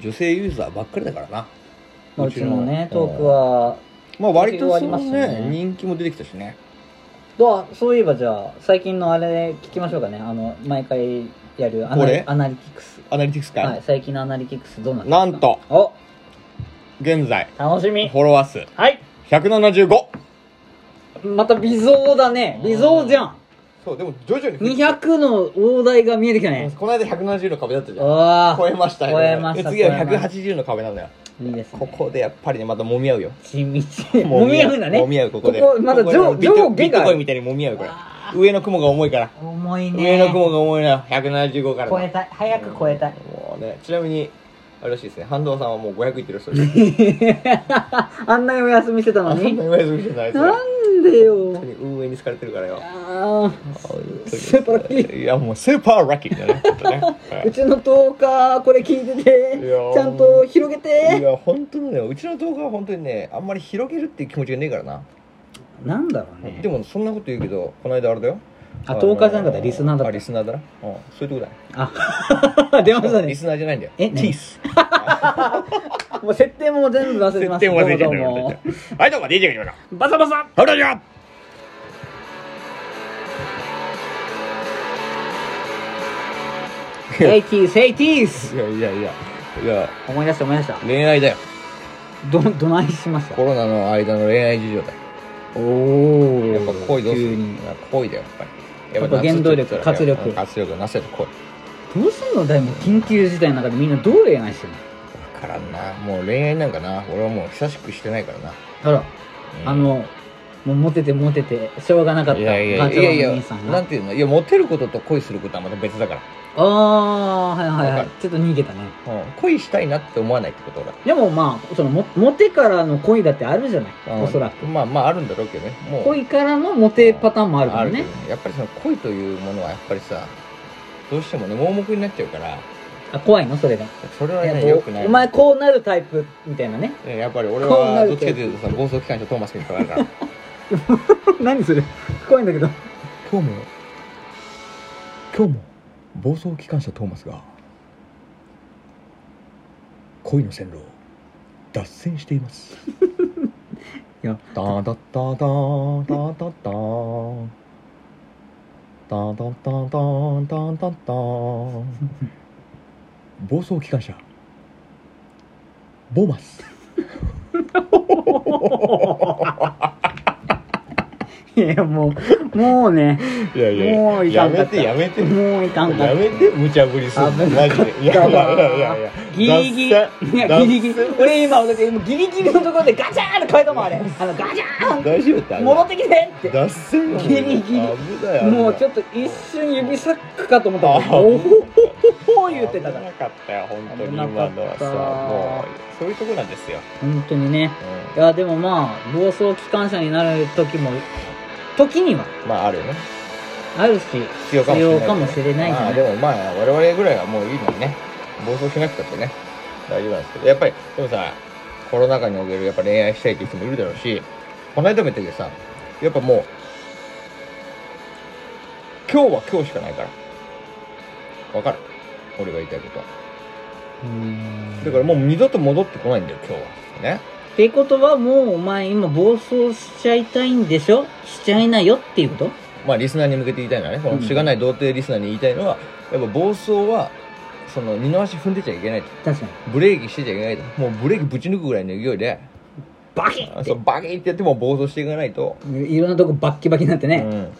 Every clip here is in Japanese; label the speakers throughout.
Speaker 1: 女性ユーザーばっかりだからな
Speaker 2: まあうちのねトーク
Speaker 1: うん
Speaker 2: は
Speaker 1: まあ割とその
Speaker 2: 需要あります
Speaker 1: ね
Speaker 2: よね
Speaker 1: 人気も出てきたしね
Speaker 2: どうそういえばじゃあ最近のあれ聞きましょうかねあの毎回やるアナ
Speaker 1: これ
Speaker 2: アナリティクス
Speaker 1: アナリティクスか、
Speaker 2: はい最近のアナリティクスどうなってます
Speaker 1: な
Speaker 2: か
Speaker 1: んと
Speaker 2: お
Speaker 1: 現在
Speaker 2: 楽しみ
Speaker 1: フォロワー数
Speaker 2: はい
Speaker 1: 175
Speaker 2: また微増だね微増じゃん
Speaker 1: そうでも徐々に増えて
Speaker 2: 200の大台が見えてきたね
Speaker 1: この間170の壁だったじゃん
Speaker 2: あ
Speaker 1: 超えましたよ
Speaker 2: 超えました
Speaker 1: で次は
Speaker 2: 超えました
Speaker 1: 180の壁なのよ
Speaker 2: あいいですね
Speaker 1: ここでやっぱりねまた揉み合うよ
Speaker 2: 地道もみ合うんだね
Speaker 1: 揉み合うここで
Speaker 2: ここまだ
Speaker 1: ここ
Speaker 2: 上
Speaker 1: ビット
Speaker 2: 上下が
Speaker 1: ビットコインみたいに揉み合うこれ
Speaker 2: あ
Speaker 1: 上の雲が重いから
Speaker 2: ー重い
Speaker 1: 上
Speaker 2: ね
Speaker 1: の雲が重いのよ175から
Speaker 2: 超えたい早く超えたい
Speaker 1: もうねちなみにあれらしいですね半藤さんはもう500いってる人です
Speaker 2: あんなにお休みしてた
Speaker 1: あ
Speaker 2: の
Speaker 1: んな
Speaker 2: に
Speaker 1: にお休みしてないですよ
Speaker 2: なんでよ
Speaker 1: 本当に運営に好かれてるからよ
Speaker 2: あースーパーラッキー
Speaker 1: いやもうスーパーラッキーだね本当ねは
Speaker 2: うちのトーカーこれ聞いてて
Speaker 1: いやー
Speaker 2: ちゃんと広げ
Speaker 1: いい
Speaker 2: て
Speaker 1: や本当にねうちの動画は本当にねあんまり広げるっていう気持ちがねえからな
Speaker 2: なんだろ うね
Speaker 1: でもそんなこと言うけどこの間あれだよ
Speaker 2: あトーカーじゃなかったリスナーだった
Speaker 1: あリスナーだなうんそういうとこだね
Speaker 2: あ 出ました
Speaker 1: リ
Speaker 2: ね
Speaker 1: スナーじゃないんだよ
Speaker 2: え
Speaker 1: ティース
Speaker 2: もう設定も全部忘れて
Speaker 1: 設
Speaker 2: ます
Speaker 1: 定も忘れちゃった
Speaker 2: どうもどうも
Speaker 1: はいどうも DJ が来ました
Speaker 2: バサバサ
Speaker 1: ハブラジオ
Speaker 2: エイティースエイティース
Speaker 1: いやいやいやいや
Speaker 2: 思い出した思い出した
Speaker 1: 恋愛だよ
Speaker 2: どどないしました
Speaker 1: コロナの間の恋愛事情だよ
Speaker 2: おお
Speaker 1: やっぱ恋どうす
Speaker 2: 急
Speaker 1: る
Speaker 2: に
Speaker 1: 恋だよやっぱり
Speaker 2: やっぱ原動力活力
Speaker 1: うん活力なせと恋
Speaker 2: どうすんのでも緊急事態の中でみんなどう恋愛してんの
Speaker 1: 分からんなもう恋愛なんかな俺はもう久しくしてないからな
Speaker 2: あら
Speaker 1: うん
Speaker 2: あの、もうモテてモテて、しょうがなかった。
Speaker 1: いやいや
Speaker 2: ガ
Speaker 1: い
Speaker 2: チョ
Speaker 1: や
Speaker 2: ウ
Speaker 1: い
Speaker 2: の
Speaker 1: や
Speaker 2: 兄さん
Speaker 1: なん
Speaker 2: が。
Speaker 1: ていうのいやモテることと恋することはまた別だから、
Speaker 2: ああ、はいはいは
Speaker 1: わか
Speaker 2: い
Speaker 1: る。
Speaker 2: ちょっと逃げたね。
Speaker 1: うん、恋したいなって思わないってことだ
Speaker 2: でもまあ、そのモ、モテからの恋だってあるじゃない。おそらく。
Speaker 1: まあまああるんだろうけどねもう
Speaker 2: 恋からのモテパターンもあるから
Speaker 1: け
Speaker 2: ね
Speaker 1: ど。やっぱりその恋というものはやっぱりさどうしてもね盲目になっちゃうから
Speaker 2: あ、怖いのそれが。
Speaker 1: それはね
Speaker 2: いや
Speaker 1: 良
Speaker 2: こ
Speaker 1: くな
Speaker 2: う
Speaker 1: い
Speaker 2: お前こうなるタイプみたいな ね。
Speaker 1: ねやっぱり俺
Speaker 2: こうな
Speaker 1: は
Speaker 2: る
Speaker 1: どっちかというとさ暴走機関車トーマスにかかるから
Speaker 2: 何それ怖いんだけど。
Speaker 1: 今日も今日も暴走機関車トーマスが恋の線路を脱線しています
Speaker 2: い や
Speaker 1: タタタタタタタタタタタタタタ暴走機関車ボマス
Speaker 2: いやもう、もうね、
Speaker 1: いや
Speaker 2: もういかんかった
Speaker 1: めて
Speaker 2: もういかんか
Speaker 1: や
Speaker 2: っ
Speaker 1: めて無茶ぶりすんの
Speaker 2: 危な
Speaker 1: マジでいやいやいやいやいや
Speaker 2: ギリギリ。いや
Speaker 1: 脱、
Speaker 2: ギリギリ。俺今、だって今ギリギリのところでガチャーンって変えたもん、あれ。あの、ガチャーン
Speaker 1: 線大丈夫ってあれ
Speaker 2: 戻ってきてって。
Speaker 1: 脱線よ
Speaker 2: ギリギリ
Speaker 1: 危ない危ない
Speaker 2: もうちょっと一瞬指サックかと思ったもん
Speaker 1: あー
Speaker 2: おほほほ言ってたか
Speaker 1: 危
Speaker 2: ら
Speaker 1: なかったよ本当に
Speaker 2: 危な
Speaker 1: 今
Speaker 2: かった
Speaker 1: のはさもうそういうとこなんですよ、
Speaker 2: 本当にねい
Speaker 1: うん
Speaker 2: やでもまあ暴走機関車になる時も時には
Speaker 1: まああるよね
Speaker 2: あるし
Speaker 1: 必要かもしれない
Speaker 2: 必要かもしれないじゃな
Speaker 1: まあ
Speaker 2: い
Speaker 1: でもまあ我々ぐらいはもういいのにね暴走しなくたってね大丈夫なんですけどやっぱりでもさコロナ禍におけるやっぱ恋愛したいっていう人もいるだろうしこの間も言ったけどさやっぱもう今日は今日しかないからわかる俺が言いたいことは
Speaker 2: うーん
Speaker 1: だからもう二度と戻ってこないんだよ今日はね
Speaker 2: ってことはもうお前今暴走しちゃいたいんでしょしちゃいなよっていうこと
Speaker 1: まあリスナーに向けて言いたいのはねこのしがない童貞リスナーに言いたいのはやっぱ暴走はその二の足踏んでちゃいけないと
Speaker 2: 確かに
Speaker 1: ブレーキしてちゃいけないともうブレーキぶち抜くぐらいの勢いで
Speaker 2: バキッ
Speaker 1: あそうバキってやってもう暴走していかないと、
Speaker 2: いろんなとこバッキバキになってね、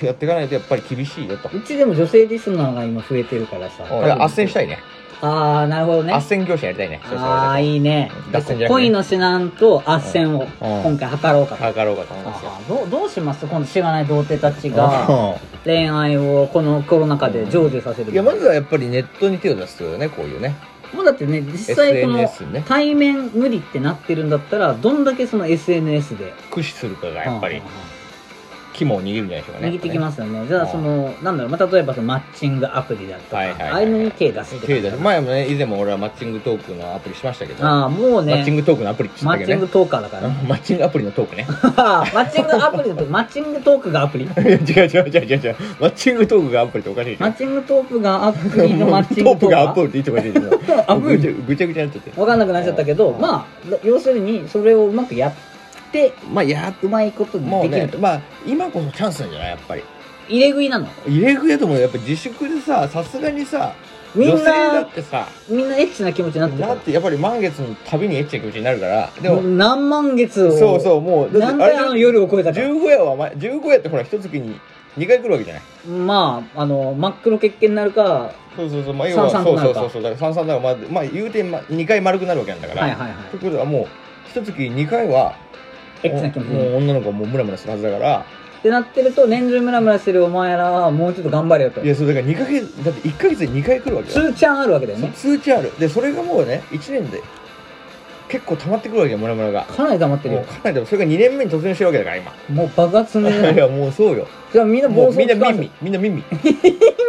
Speaker 1: うん、やっていかないとやっぱり厳しいよと
Speaker 2: うちでも女性リスナーが今増えてるからさ
Speaker 1: 俺は斡旋した
Speaker 2: い
Speaker 1: いね
Speaker 2: ああなるほどね
Speaker 1: 斡旋業者やりたいねそうそう
Speaker 2: ああいいね
Speaker 1: 脱線じゃなくてね
Speaker 2: 恋の指南と斡旋を
Speaker 1: ん
Speaker 2: 今回測ろうかと、
Speaker 1: かかろうかと思いますよ
Speaker 2: あーどうどうします今度知らない童貞たちが
Speaker 1: あ
Speaker 2: 恋愛をこのコロナ禍で成就させ
Speaker 1: ー
Speaker 2: る
Speaker 1: いやまずはやっぱりネットに手を出すってことだねこういうね
Speaker 2: もうだってね実際この
Speaker 1: SNS ね
Speaker 2: 対面無理ってなってるんだったらどんだけその SNS で
Speaker 1: 駆使するかがやっぱり
Speaker 2: うんうんうん
Speaker 1: 決肝を握るんじゃないでしょうかね
Speaker 2: 握ってきますすよね。じゃあ、その、なんだろう、まあ、例えばそのマッチングアプリだとか、
Speaker 1: はいはいはいはい
Speaker 2: ああいうのに手出すって
Speaker 1: 手出
Speaker 2: こ
Speaker 1: す
Speaker 2: と
Speaker 1: 前もね以前も俺はマッチングトークのアプリしましたけど
Speaker 2: ああ、もうね、
Speaker 1: マッチングトークのアプリって言
Speaker 2: マ
Speaker 1: った
Speaker 2: ッ
Speaker 1: け
Speaker 2: チ
Speaker 1: ど
Speaker 2: ング
Speaker 1: ね
Speaker 2: トーカーだからね。
Speaker 1: マッチングアプリのトークね
Speaker 2: マッチングアプリだと、マッチングトークがアプリ
Speaker 1: 違う違う違う違う違うマッチングトークがアプリっておかしいでしょ
Speaker 2: マッチングトークがアプ リのマッチ
Speaker 1: ト
Speaker 2: ング
Speaker 1: ープがアップ
Speaker 2: リ。
Speaker 1: ルって言ってもいいですけ
Speaker 2: ア
Speaker 1: ど
Speaker 2: ップル
Speaker 1: ぐちゃぐちゃぐちゃになっちゃって
Speaker 2: わかんなくなっちゃったけど、まあ、要するに、それをうまくやって、
Speaker 1: まあやっ
Speaker 2: うまいことで
Speaker 1: もう
Speaker 2: きる
Speaker 1: ね
Speaker 2: と。
Speaker 1: まあ今こそチャンスなんじゃないやっぱり
Speaker 2: 入れ食いなの。
Speaker 1: 入れ食いだと思うよやっぱ自粛でささすがにさ
Speaker 2: みん
Speaker 1: 女性だ
Speaker 2: な
Speaker 1: っ、てさ
Speaker 2: みんなエッチな気持ちになってる
Speaker 1: だってやっぱり満月の旅にエッチな気持ちになるからでも
Speaker 2: 何万月を。
Speaker 1: そうそうもうだっ
Speaker 2: 何
Speaker 1: てあれ
Speaker 2: 回あの夜を超えたか
Speaker 1: 15夜は前15夜ってほら一月に2回来るわけじゃない
Speaker 2: まあ、あの、真っ黒血形になるか、は
Speaker 1: そうそうそうまあ要は
Speaker 2: 三
Speaker 1: そ
Speaker 2: 々
Speaker 1: う
Speaker 2: とな
Speaker 1: そうそうそ
Speaker 2: るか
Speaker 1: うだから三々だからまあまあ言うて2回丸くなるわけなんだか
Speaker 2: い
Speaker 1: ら
Speaker 2: はいはい。
Speaker 1: ということはもう一月2回は
Speaker 2: エッチな気持ち
Speaker 1: も
Speaker 2: に。
Speaker 1: う女の子はもうムラムラするはずだから
Speaker 2: ってなってると、年中ムラムラしてるお前らは、もうちょっと頑張れよと
Speaker 1: い。やそれだから2ヶ月だって1ヶ月で2回来るわけよ
Speaker 2: 通ちゃんあるわけだよね。
Speaker 1: 通知あるでそれがもうね1年で結構溜まってくるわけよムラムラが
Speaker 2: かなり黙ってる
Speaker 1: もう
Speaker 2: よ。
Speaker 1: かなりでもそれが2年目に突入してるわけだから今
Speaker 2: もう爆発ね。
Speaker 1: いやもうそうよ
Speaker 2: じゃあみんな
Speaker 1: も
Speaker 2: 暴
Speaker 1: う
Speaker 2: 走
Speaker 1: みんなミ
Speaker 2: ミ
Speaker 1: ンミみんなミンミ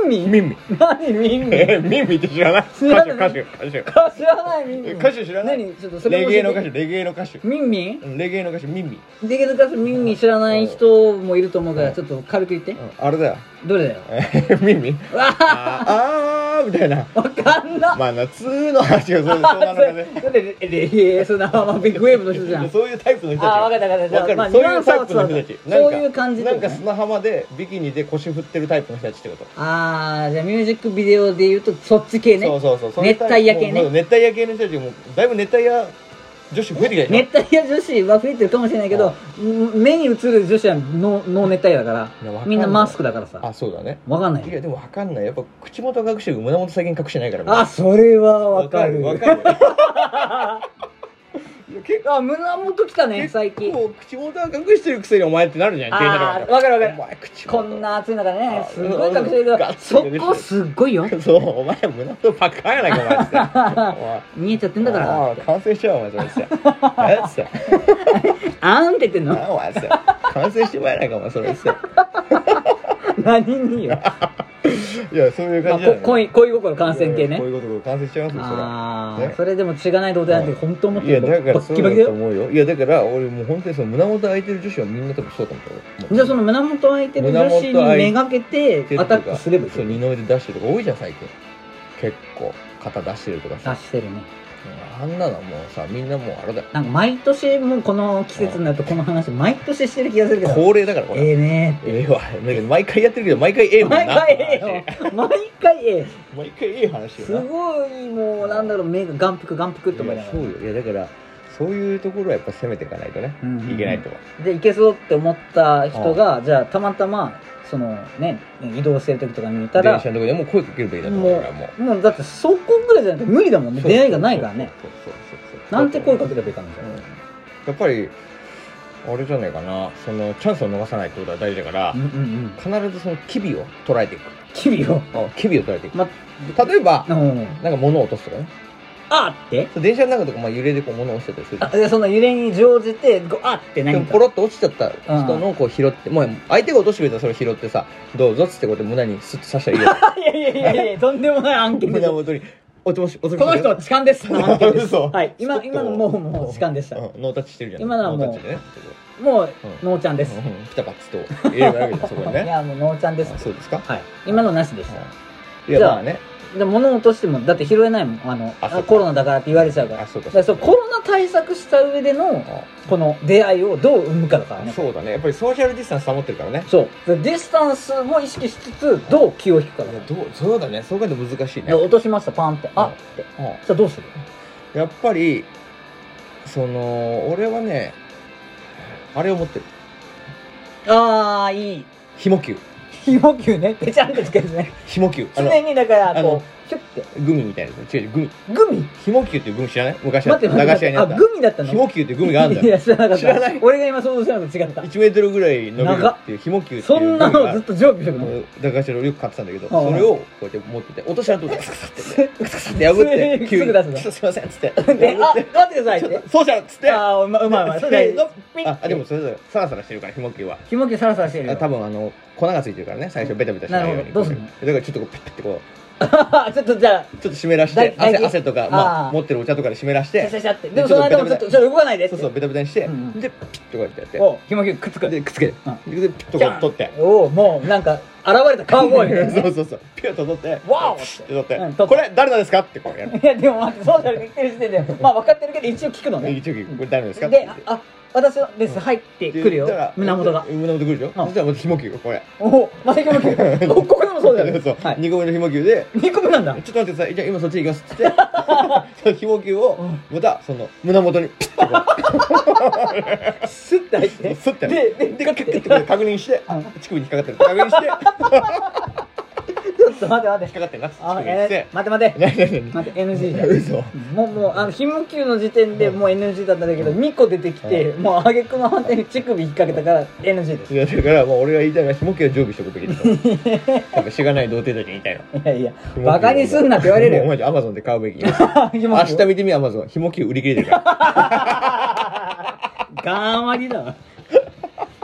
Speaker 2: ミ
Speaker 1: ミンミ
Speaker 2: 何ミンミ
Speaker 1: えミンミって知らない
Speaker 2: 知らない
Speaker 1: 歌手歌手歌
Speaker 2: か知らないミンミ
Speaker 1: 手歌手知らない
Speaker 2: 何ちょっとそれ
Speaker 1: レ
Speaker 2: 教え
Speaker 1: ゲエ
Speaker 2: て
Speaker 1: の歌手レゲエの歌手
Speaker 2: ミンミン
Speaker 1: うんレゲエの歌手ミンミ
Speaker 2: レゲエの歌手ミンミン知らない人もいると思うから
Speaker 1: うん
Speaker 2: ちょっと軽く言って
Speaker 1: うんあれだよ
Speaker 2: どれだよ
Speaker 1: えーミンミ
Speaker 2: わあ
Speaker 1: あーあーみたいな
Speaker 2: わかんな
Speaker 1: まあ夏の話がそうそうなの
Speaker 2: そ
Speaker 1: か
Speaker 2: れ
Speaker 1: ね
Speaker 2: それレゲエそんなまあビッグウェーブの人じゃん
Speaker 1: そういうタイプの人たち
Speaker 2: あーわかったわかった
Speaker 1: わかる
Speaker 2: まあ
Speaker 1: そう
Speaker 2: ニュア
Speaker 1: いう
Speaker 2: ンス
Speaker 1: タ
Speaker 2: は
Speaker 1: イプの人たち
Speaker 2: 伝わるそういう感じって
Speaker 1: な
Speaker 2: こ
Speaker 1: ん
Speaker 2: と
Speaker 1: か
Speaker 2: ね
Speaker 1: 砂浜でビキニで腰振ってるタイプの人たちってこと
Speaker 2: あーじゃあミュージックビデオで言うとそっち系ね
Speaker 1: そうそうそうそういう
Speaker 2: 熱帯夜系
Speaker 1: もう
Speaker 2: ね
Speaker 1: 熱帯夜系の人たちもだいぶ熱帯夜女子増えてきたでしょ
Speaker 2: 熱帯夜女子は増えてるかもしれないけど目に映る女子はノノー熱帯夜だか
Speaker 1: いやわか
Speaker 2: ら
Speaker 1: んない
Speaker 2: みんなマスクだからさ
Speaker 1: あそうだね
Speaker 2: わかんない
Speaker 1: い
Speaker 2: よ
Speaker 1: やでもわかんないやっぱ口元隠してるけど胸元最近隠してないから
Speaker 2: あ、それはわかる。
Speaker 1: わかるわ かるいや結
Speaker 2: あ、胸元来たね、最近。
Speaker 1: 構口元は隠してるくせにお前ってなるじゃん
Speaker 2: あ
Speaker 1: 電車とか
Speaker 2: ー
Speaker 1: で
Speaker 2: わかるわかる
Speaker 1: お前口元
Speaker 2: こんな暑い中ね
Speaker 1: あ、
Speaker 2: すごい隠してるけ
Speaker 1: ガ
Speaker 2: ど、
Speaker 1: ッツリ
Speaker 2: そ
Speaker 1: 隠してる
Speaker 2: こすっご いよ。
Speaker 1: そうお前胸元パッカーやないかお前っつって お前
Speaker 2: 見えちゃってんだから。
Speaker 1: ああ完成しちゃうお前それって何やつだ
Speaker 2: あんって言ってんの
Speaker 1: 何お前それ完成してもらえないかお前それって
Speaker 2: 何によ。
Speaker 1: いやそういう
Speaker 2: ま
Speaker 1: 感
Speaker 2: あ
Speaker 1: じだよ
Speaker 2: こ
Speaker 1: ね
Speaker 2: 恋、恋心感染系ね
Speaker 1: こう。いうこと完成しちゃいますよそれは
Speaker 2: あ
Speaker 1: ね
Speaker 2: あ、それでも血がないとお寺なんて本当思っ
Speaker 1: い
Speaker 2: て
Speaker 1: や
Speaker 2: る
Speaker 1: だから
Speaker 2: バ
Speaker 1: そ
Speaker 2: ッ
Speaker 1: う
Speaker 2: キバ
Speaker 1: だ
Speaker 2: キだ
Speaker 1: と
Speaker 2: よ。
Speaker 1: 思うよいやだから俺もう本当にその胸元開いてる女子はみんな多分そうだと思う
Speaker 2: じゃあその胸元開いてる女子にめがけてアタックすればいい
Speaker 1: そう二の腕出してるとか多いじゃん最近結構肩出してるとか
Speaker 2: 出
Speaker 1: さ
Speaker 2: してるね。
Speaker 1: あんなのもうさみんなもうあれだよ
Speaker 2: なんか毎年もうこの季節になるとこの話毎年してる気がするけど。
Speaker 1: 恒例だからこれ
Speaker 2: ええね
Speaker 1: ええわだけど毎回やってるけど毎回ええもんな
Speaker 2: 毎回ええよ。毎回ええ。
Speaker 1: 毎回ええ話よ
Speaker 2: す
Speaker 1: な
Speaker 2: ごいもうなんだろう目が眼福眼福って思い
Speaker 1: い
Speaker 2: な
Speaker 1: や
Speaker 2: が
Speaker 1: そう
Speaker 2: ら
Speaker 1: よいやだからそういうところはやっぱ攻めていかないとね、
Speaker 2: うんうんうん
Speaker 1: いけないとは
Speaker 2: でいけそうって思った人がじゃあたまたまそのね移動してる時とかに見た
Speaker 1: 電
Speaker 2: ら
Speaker 1: 車のとこでもう声かけるべきだと思うからもう
Speaker 2: もうだってそこぐらいじゃないと無理だもんね
Speaker 1: そうそうそう
Speaker 2: 出会いがないからね
Speaker 1: そうそうそうそう
Speaker 2: なんて声かければいいかな
Speaker 1: うんやっぱりあれじゃないかなそのチャンスを逃さないってことは大事だから、
Speaker 2: うんうんうん
Speaker 1: 必ずその機微を捉えていく
Speaker 2: 日々を
Speaker 1: あ機微を捉えていく
Speaker 2: ま
Speaker 1: 例えば
Speaker 2: うん
Speaker 1: なんか物を落とすとかね
Speaker 2: あーって
Speaker 1: そう電車の中とかまあ揺れでこう物を落ちてたりするじゃん
Speaker 2: あでその揺れに乗じてこうあっ
Speaker 1: で
Speaker 2: て何
Speaker 1: も
Speaker 2: か
Speaker 1: ポロッと落ちちゃった人のこう拾って、もう相手が落としてくれたらそれを拾ってさどうぞっつってこうやって胸にスッと刺したらいいよ
Speaker 2: いやいやいやい やとんでもない案件で
Speaker 1: 胸
Speaker 2: す
Speaker 1: 元に落とし落とし
Speaker 2: この人は痴漢ですの案件です
Speaker 1: 嘘
Speaker 2: はい今今のもうもう痴漢でした
Speaker 1: うんノータッチしてるじゃん
Speaker 2: 今のはもう
Speaker 1: ノータッチでね
Speaker 2: もう
Speaker 1: うん
Speaker 2: のーちゃんです
Speaker 1: うんピタパッツと入れるわけじゃんそこに
Speaker 2: い
Speaker 1: ね
Speaker 2: やもうのーちゃんです
Speaker 1: あそうですか
Speaker 2: はい、今のなしでした、
Speaker 1: いや
Speaker 2: じゃあ
Speaker 1: まあね
Speaker 2: でも物を落としてもだって拾えないもんあの
Speaker 1: あそうか
Speaker 2: コロナだからって言われちゃうから
Speaker 1: あそうか
Speaker 2: だからそうコロナ対策した上での
Speaker 1: あ
Speaker 2: この出会いをどう生むかだからね
Speaker 1: そうだねやっぱりソーシャルディスタンス保ってるからね
Speaker 2: そうディスタンスも意識しつつどう気を引くか
Speaker 1: い
Speaker 2: だか
Speaker 1: や
Speaker 2: ら
Speaker 1: どうそうだねそうかで難しいね
Speaker 2: で落としましたパンってあって
Speaker 1: う
Speaker 2: じゃあどうす
Speaker 1: ん
Speaker 2: る
Speaker 1: やっぱりその俺はねあれを持ってる
Speaker 2: ああいい
Speaker 1: ひも球
Speaker 2: ひも球ねぺちゃんってつけるね
Speaker 1: ひも球あの
Speaker 2: 常にだから
Speaker 1: あの
Speaker 2: こうキュッて
Speaker 1: グミみたいなやつ違う違うグミ
Speaker 2: グミ
Speaker 1: ひもきゅうっていうグミ知らない昔
Speaker 2: 待
Speaker 1: あ
Speaker 2: っ
Speaker 1: ってた
Speaker 2: 待
Speaker 1: 駄菓子
Speaker 2: って
Speaker 1: 屋に
Speaker 2: 待
Speaker 1: あ
Speaker 2: っ
Speaker 1: ってた
Speaker 2: あグミだったの
Speaker 1: ひもきゅうっていうグミがあるんだ
Speaker 2: い
Speaker 1: よ
Speaker 2: や知らなかった
Speaker 1: 知らない
Speaker 2: 俺が今想像してたのと違った
Speaker 1: 1メートルぐらい伸びるっていうひもきゅうってい
Speaker 2: そ
Speaker 1: うんグミが
Speaker 2: なのずっと常備してくの
Speaker 1: もう駄菓子屋でよく買ってたんだけど
Speaker 2: ああ
Speaker 1: それをこうやって持ってて落とし穴のとこ でクサクサってねクサクサって破っ
Speaker 2: すぐ
Speaker 1: て急
Speaker 2: す
Speaker 1: に
Speaker 2: ぐ出すの
Speaker 1: ちょっとすいません」っつ って
Speaker 2: であ
Speaker 1: 破
Speaker 2: 待
Speaker 1: っ
Speaker 2: ってくださ
Speaker 1: てち
Speaker 2: いっ
Speaker 1: ょってとそうじゃん」っつって
Speaker 2: ああうまうまいうまいそれ大事
Speaker 1: ああでもそれぞれサラサラしてるからひもきゅうは
Speaker 2: ひもきサラサラしてる
Speaker 1: あ
Speaker 2: よ
Speaker 1: 多分あの粉がついてるからね最初ベタベタしないように
Speaker 2: なるほどどうすんの
Speaker 1: だからちょっとこうペッペッてこう
Speaker 2: ちょっとじゃあ
Speaker 1: ちょっと湿らし
Speaker 2: だい
Speaker 1: て
Speaker 2: だい
Speaker 1: 汗
Speaker 2: ぶ
Speaker 1: 汗とか
Speaker 2: あ
Speaker 1: ま
Speaker 2: あ
Speaker 1: あ持ってるお茶とかで湿らし
Speaker 2: シャ
Speaker 1: て
Speaker 2: シャシャってでもその間もちょっとちょっと動かないでって
Speaker 1: そうそうベタベタにして
Speaker 2: うんうん
Speaker 1: でピッとこうやってやって
Speaker 2: おひもきくっつく
Speaker 1: でくっつけて、でピュッと
Speaker 2: じ
Speaker 1: こ
Speaker 2: ゃん
Speaker 1: う取って
Speaker 2: おおもうなんか現れたカウボーイみたいな
Speaker 1: そうそうそうピュッと取って
Speaker 2: わおって
Speaker 1: ピュッと
Speaker 2: う
Speaker 1: 取
Speaker 2: ん
Speaker 1: って
Speaker 2: 取って
Speaker 1: これ誰のですかってこうやる
Speaker 2: いやでも待ってそうじゃなくてる時点でまあ分かってるけど一応聞くのね
Speaker 1: 一応聞くこれ誰のですか
Speaker 2: で
Speaker 1: っ
Speaker 2: あ
Speaker 1: て
Speaker 2: あ私のです入ってくる
Speaker 1: 言ったら
Speaker 2: よ胸元が
Speaker 1: 胸元くるでしょ
Speaker 2: うん
Speaker 1: そしたらまたひもきゅうこれ
Speaker 2: おおまたひもき おここでもそうだよね
Speaker 1: そう
Speaker 2: はい
Speaker 1: 二個目のひもきゅうで
Speaker 2: 2個目なんだ
Speaker 1: ちょっと待ってください。じゃあ今そっち行きますっつ って。そのひもきゅうを、また、その、胸元に、ピッとこ
Speaker 2: スッて入っ
Speaker 1: う、
Speaker 2: て
Speaker 1: すって。
Speaker 2: でで
Speaker 1: で、
Speaker 2: ガ
Speaker 1: カ
Speaker 2: ッて
Speaker 1: ッてこう確認して、あ乳首に引っかかってる。確認して、引っか
Speaker 2: ちょっと待って待って
Speaker 1: かってるなっつって。乳
Speaker 2: あ
Speaker 1: 首にして
Speaker 2: えー待って待って
Speaker 1: 何何
Speaker 2: 待って NG だ
Speaker 1: 何嘘。
Speaker 2: もうもうあのひもきゅうの時点でもう NG だったんだけど2個出てきてもう挙句の判定に乳首引っ掛けたから NG です
Speaker 1: いやだからもう俺が言いたいのはひもきは常備しとくべき だとやっぱしがない童貞たちに言いたいの
Speaker 2: いやいやバカにすんなって言われる
Speaker 1: もうお
Speaker 2: よ
Speaker 1: 前じゃアマゾンで買うべき
Speaker 2: ひも
Speaker 1: 明
Speaker 2: きゅう
Speaker 1: 日見てみアマゾンひもき売り切れてるから
Speaker 2: ガーマリだわ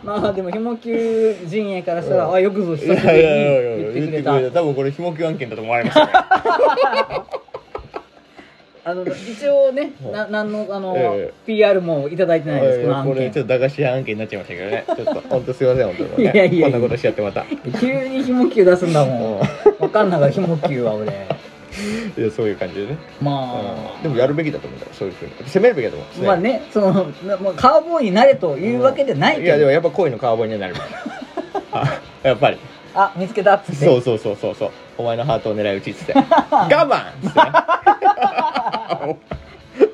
Speaker 2: まあでもひもきゅう陣営からしたらあよくぞ
Speaker 1: い
Speaker 2: 久しぶ
Speaker 1: やい
Speaker 2: りに
Speaker 1: やいやい
Speaker 2: 言
Speaker 1: や
Speaker 2: って
Speaker 1: 言っ
Speaker 2: く
Speaker 1: て
Speaker 2: れ
Speaker 1: く
Speaker 2: た
Speaker 1: れた多分これひもき案件だと思われま したね
Speaker 2: あの一応ね、ななんのあの、
Speaker 1: ええ
Speaker 2: PR もいただいてないです、この案
Speaker 1: これ
Speaker 2: 件
Speaker 1: ち。ょっと駄菓子屋案件になっちゃいましたけどねちょっと本当すいません本当に、ね、
Speaker 2: いやいやいや
Speaker 1: こんなことしちゃってまた
Speaker 2: 急にひもきゅう出すんだもん。わかんながひもきゅうは俺。
Speaker 1: いやそういう感じでね、
Speaker 2: まあ、
Speaker 1: でもやるべきだと思うんだよそういうふうに攻めるべきだと思うんですね
Speaker 2: まあね、その、もうカウボーイになれというわけでないけど、
Speaker 1: いやでもやっぱ恋のカーボーイに なるべきあやっぱり
Speaker 2: あ、見つけたっつって。
Speaker 1: そうそうそうそうそうお前のハートを狙い撃ちっつって 我慢っつってね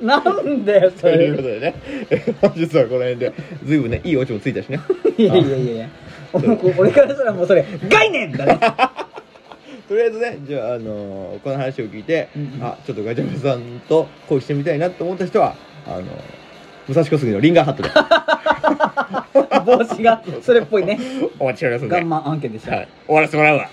Speaker 2: なんだよ、そ
Speaker 1: と
Speaker 2: れ。
Speaker 1: い
Speaker 2: いう
Speaker 1: ことでね 本日はこの辺で随分ねいいオチもついたしね
Speaker 2: やいやいやいや。俺俺からしたらもうそれ、概念だね。
Speaker 1: とりあえずねじゃあ、あのーこの話を聞いて、
Speaker 2: うんうん
Speaker 1: あちょっとガチャムさんと恋してみたいなと思った人はあのー武蔵小杉のリンガーハ ットで
Speaker 2: 帽子が、それっぽいね。
Speaker 1: お待ちしておりますんで
Speaker 2: ガンマン案件でした。
Speaker 1: はい、終わらせてもらうわ